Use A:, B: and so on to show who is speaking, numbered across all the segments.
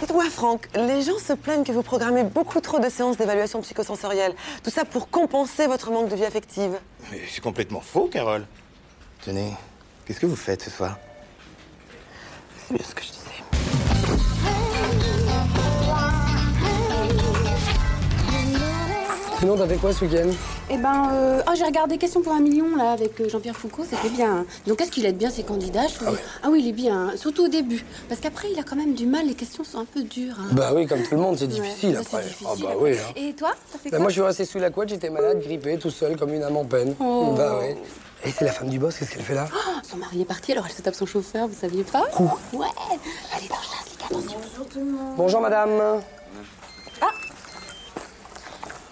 A: Dites-moi, Franck, les gens se plaignent que vous programmez beaucoup trop de séances d'évaluation psychosensorielle. Tout ça pour compenser votre manque de vie affective.
B: Mais c'est complètement faux, Carole. Tenez, qu'est-ce que vous faites ce soir
A: C'est bien ce que je disais.
C: Sinon, t'as fait quoi ce week-end
D: Eh ben, euh, oh, j'ai regardé Question pour un million là avec euh, Jean-Pierre Foucault, c'était bien. hein. Donc, est-ce qu'il aide bien ses candidats je trouve. Ah, oui, il est bien, hein. surtout au début, parce qu'après, il a quand même du mal. Les questions sont un peu dures. hein.
C: Bah oui, comme tout le monde, c'est
D: Ouais,
C: difficile
D: ça, c'est
C: après.
D: difficile.
C: Ah bah oui. hein.
D: Et toi, t'as fait
C: Bah,
D: quoi
C: moi, je suis resté sous la couette, j'étais malade, grippé, tout seul, comme une âme en peine.
D: Oh.
C: Bah oui. Et c'est la femme du boss, qu'est-ce qu'elle fait là
D: Oh, Son mari est parti, alors elle se tape son chauffeur, vous saviez pas Ouais. Elle est en chasse, les gars, attention.
C: Bonjour madame.
E: Ah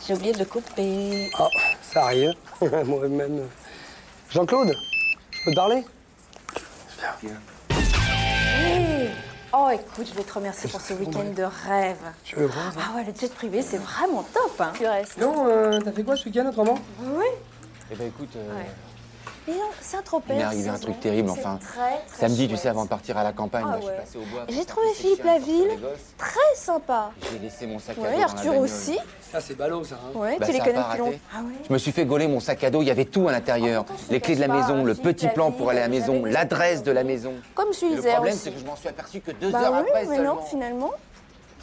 E: J'ai oublié de le couper.
C: Oh, ça arrive. Moi-même. Jean-Claude, je peux te parler
E: Oh, écoute, je vais te remercier pour ce week-end de rêve.
C: Tu veux le prendre
F: hein.
E: Ah ouais, le jet privé, c'est vraiment top, hein. Tu restes.
C: Non, euh, t'as fait quoi ce week-end autrement
E: Oui.
F: Eh ben écoute, euh,
E: Mais non, Saint-Tropez.
F: il m'est arrivé un
E: c'est
F: truc
E: vrai.
F: terrible
E: C'est
F: enfin.
E: Très, très
F: Samedi, tu
E: chouette.
F: sais, avant de partir à la campagne,
E: Ah
F: là, je
E: ouais.
F: suis passé au bois.
E: J'ai
F: pour
E: trouvé
F: sortir
E: Philippe
F: les chiens,
E: Laville.
F: sortir les gosses.
E: Très sympa.
F: J'ai laissé mon sac à dos. dans
E: Oui,
F: la
E: Arthur
F: bagnole.
E: aussi.
C: Ça, c'est ballot, ça. hein.
E: Ouais,
F: Bah,
E: tu les
F: ça a
E: connais
F: pas
E: depuis
F: raté.
E: longtemps. Ah ouais.
F: Je me suis fait gauler mon sac à dos, il y avait tout à l'intérieur.
E: Pourtant, je
F: Les
E: te
F: clés de la
E: cache pas,
F: maison, le
E: Philippe
F: petit plan
E: Laville,
F: pour aller à la
E: j'avais
F: maison,
E: des-
F: l'adresse de la maison.
E: Comme je
F: Le
E: lisais
F: problème,
E: aussi.
F: c'est que je m'en suis aperçu que deux
E: Bah
F: heures
E: oui,
F: après
E: mais
F: seulement.
E: non, finalement.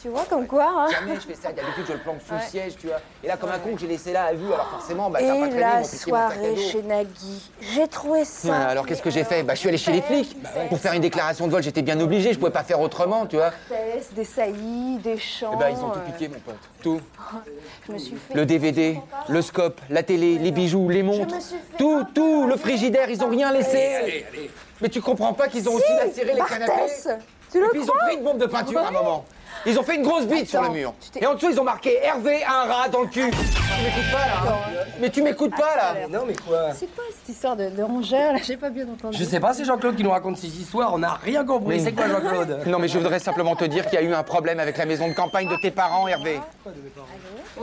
E: Tu vois, comme quoi, hein.
F: Jamais je fais ça, d'habitude je le planque sous le siège, tu vois. Et là, comme un con que j'ai laissé là à vue, alors forcément, bah, ça a pas
E: Et
F: traîné, ils
E: la
F: m'ont piqué mon sac à
E: soirée
F: dos.
E: chez Nagui, j'ai trouvé ça.
F: Ouais, alors qu'est-ce que j'ai fait Bah je suis allé chez les flics pour faire une déclaration de vol, j'étais bien obligé, je pouvais pas faire autrement, tu vois.
E: Tess, des saillies, des champs.
F: Eh ben ils ont tout
E: euh,
F: piqué mon pote. Tout.
E: Je me suis fait.
F: Le DVD, le scope, la télé, les bijoux, les montres,
E: me suis fait
F: tout,
E: un peu
F: tout, le
E: avoir.
F: frigidaire, ils ont rien laissé. Mais tu comprends pas qu'ils ont aussi lacéré les canapés
E: Barthès, Bah tu
F: Et
E: le
F: puis ils ont
E: crois
F: pris une bombe de peinture à un
C: Bah,
F: moment. Ils ont fait une grosse bite sur le
E: Attends,
F: mur.
E: tu t'es-
F: Et en dessous, ils ont marqué Hervé a un rat dans le cul. Tu
C: Ah,
F: m'écoutes pas là hein Mais tu m'écoutes pas là
C: Non, mais quoi
E: C'est quoi cette histoire de, de rongeur là J'ai pas bien entendu.
C: Je sais pas, c'est Jean-Claude qui nous raconte ces histoires, on n'a rien compris. C'est quoi Jean-Claude
F: Non mais je voudrais simplement te dire qu'il y a eu un problème avec la maison de campagne de tes parents, Hervé.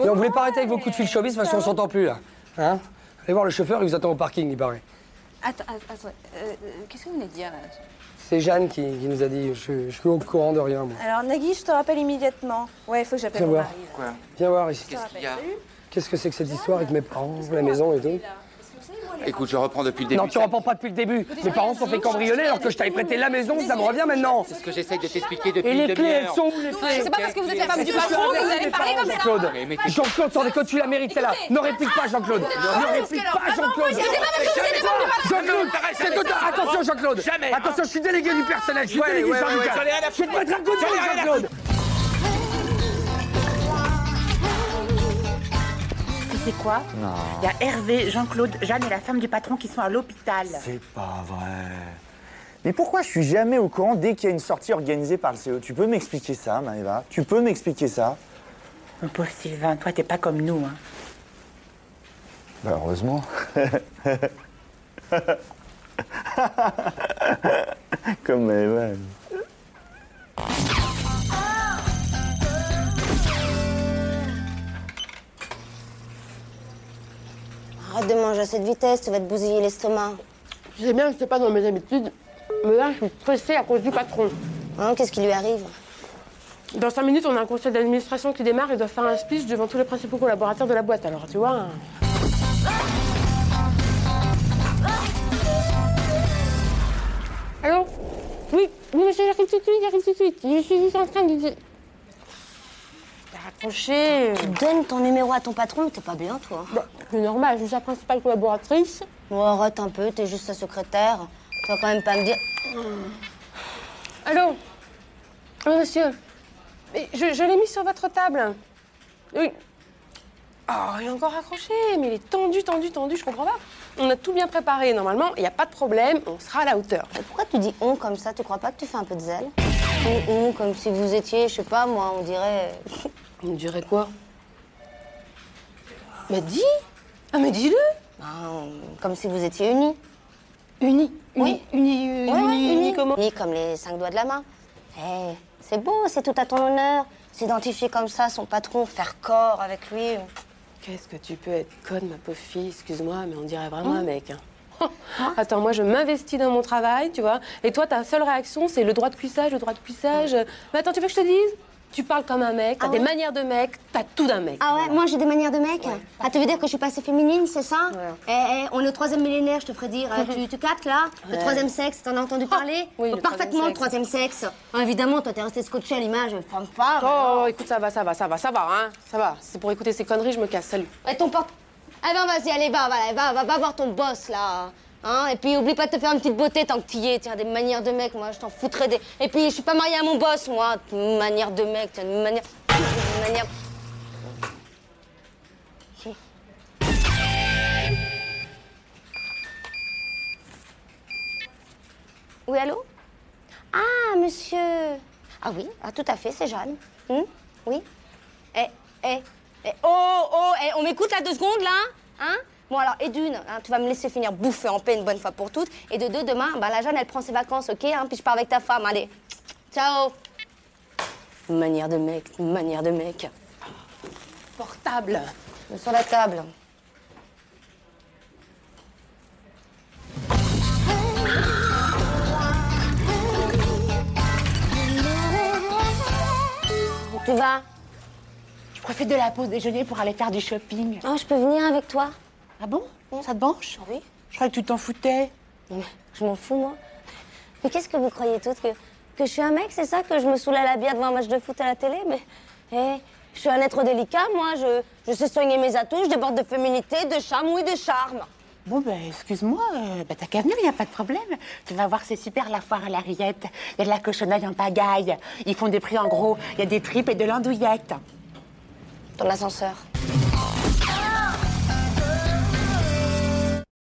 C: Et on voulait pas arrêter avec vos coups de fil showbiz parce qu'on s'entend plus là. Hein Allez voir le chauffeur, il vous attend au parking, il paraît.
D: Attends, attends, euh, qu'est-ce que vous venez de dire là
C: C'est Jeanne qui, qui nous a dit, je, je suis au courant de rien, moi.
E: Alors Nagui, je te rappelle immédiatement. Ouais, il faut que j'appelle
C: Viens
E: mon
C: voir.
E: mari.
C: Viens voir ici.
F: Qu'est-ce qu'il y a
C: Qu'est-ce que c'est que cette histoire avec mes parents, la maison et tout
F: Écoute, je reprends depuis le début.
C: Non, tu reprends pas depuis le début. Mes parents se sont fait cambrioler alors que je t'avais prêté la maison, ça me revient maintenant.
F: C'est ce que j'essaye de t'expliquer depuis
C: Et les
F: une
C: clés, elles
F: demi-heure.
C: sont où les clés
D: C'est pas parce que vous êtes la femme du patron que vous allez parler comme ça.
C: Jean-Claude,
F: Mais- mais t'es-
C: Jean-Claude, sans déconne, tu la mérites celle-là. Ne réplique pas, Jean-Claude. Ne réplique pas, Jean-Claude. Jean-Claude, c'est tout. Attention, Jean-Claude. Attention, je suis délégué du personnel. Je suis délégué du syndicat. Je vais te mettre un coup de poing, Jean-Claude.
G: Tu sais quoi Il y a Hervé, Jean-Claude, Jeanne et la femme du patron qui sont à l'hôpital.
H: C'est pas vrai. Mais pourquoi je suis jamais au courant dès qu'il y a une sortie organisée par le CEO Tu peux m'expliquer ça, Maëva Tu peux m'expliquer ça
G: Mon pauvre Sylvain, toi, t'es pas comme nous. Hein.
H: Bah heureusement. Comme Maëva.
I: Arrête de manger à cette vitesse, tu vas te bousiller l'estomac.
A: Je sais bien que c'est pas dans mes habitudes, mais là, je suis stressée à cause du patron.
I: Hein, Qu'est-ce qui lui arrive
A: Dans 5 minutes, on a un conseil d'administration qui démarre et doit faire un speech devant tous les principaux collaborateurs de la boîte. Alors, tu vois. hein. Alors Oui, oui, monsieur, j'arrive tout de suite, j'arrive tout de suite. Je suis juste en train de. de- Raccrocher.
I: Donne ton numéro à ton patron, t'es pas bien, toi.
A: Bah, C'est normal, je suis sa principale collaboratrice.
I: Bon, arrête un peu, t'es juste sa secrétaire. Tu vas quand même pas me dire.
A: Allô
J: Oh,
A: Oui, monsieur. Mais je, je l'ai mis sur votre table. Oui.
J: Oh, il est encore accroché, mais il est tendu, tendu, tendu, je comprends pas. On a tout bien préparé, normalement, il n'y a pas de problème, on sera à la hauteur.
I: Pourquoi tu dis on comme ça Tu crois pas que tu fais un peu de zèle on, on, comme si vous étiez, je sais pas moi, on dirait.
J: On dirait quoi Bah dis Ah, mais dis-le
I: euh, Comme si vous étiez unis.
J: Unis
I: Oui.
J: Unis,
I: Ouais, ouais, Unis comme les cinq doigts de la main. Eh, c'est beau, c'est tout à ton honneur. S'identifier comme ça, à son patron, faire corps avec lui.
J: Qu'est-ce que tu peux être conne, ma pauvre fille Excuse-moi, mais on dirait vraiment
I: Hein
J: un mec. hein. Attends, moi je m'investis dans mon travail, tu vois, et toi ta seule réaction c'est le droit de cuissage, le droit de cuissage. Mais attends, tu veux que je te dise Tu parles comme un mec, t'as
I: Ah
J: des
I: ouais
J: manières de mec, t'as tout d'un mec.
I: Ah ouais, moi j'ai des manières de mec. Ah, tu veux dire que je suis pas assez féminine, c'est ça Eh, eh, on est au troisième millénaire, je te ferais dire. Euh, tu, tu captes là Le
J: Ouais. Ah
I: troisième sexe, t'en as entendu parler
J: le
I: Parfaitement, le troisième
J: troisième
I: sexe. Ah, évidemment, toi t'es resté scotché à l'image, prends pas.
J: Oh, oh, écoute, ça va, ça va, ça va, ça va, hein, ça va. C'est pour écouter ces conneries, je me casse, salut.
I: Et ton porte. Eh ben vas-y, allez, va, va, va, va, va voir ton boss là. Hein, et puis oublie pas de te faire une petite beauté tant que t'y es. Tiens, des manières de mec, moi je t'en foutrais des. Et puis je suis pas mariée à mon boss, moi. Une manière de mec, tiens, une manière. Une manière. Oui, allô Ah, monsieur. Ah oui, ah, tout à fait, c'est Jeanne. Hmm oui Eh, eh, eh, oh, oh, eh, on m'écoute là deux secondes là Hein Bon alors, et d'une, hein, tu vas me laisser finir bouffer en paix une bonne fois pour toutes. Et de deux, demain, bah, la Jeanne, elle prend ses vacances, ok hein, Puis je pars avec ta femme, allez. Ciao Manière de mec, manière de mec.
J: Portable
I: Sur la table. Où tu vas
G: Je profite de la pause déjeuner pour aller faire du shopping.
I: Oh, je peux venir avec toi
G: Ah bon Ça te branche
I: Oui.
G: Je croyais que tu t'en foutais.
I: Non, mais je m'en fous, moi. Mais qu'est-ce que vous croyez toutes que, que je suis un mec, c'est ça Que je me saoule à la bière devant un match de foot à la télé Mais, hé, je suis un être délicat, moi. Je, je sais soigner mes atouts, je déborde de féminité, de charme, oui, de charme.
G: Bon, ben, excuse-moi, euh, ben, t'as qu'à venir, y a pas de problème. Tu vas voir, c'est super la foire à la rillette. Y a de la cochonnerie en pagaille. Ils font des prix en gros. Y a des tripes et de l'andouillette.
I: Dans l'ascenseur.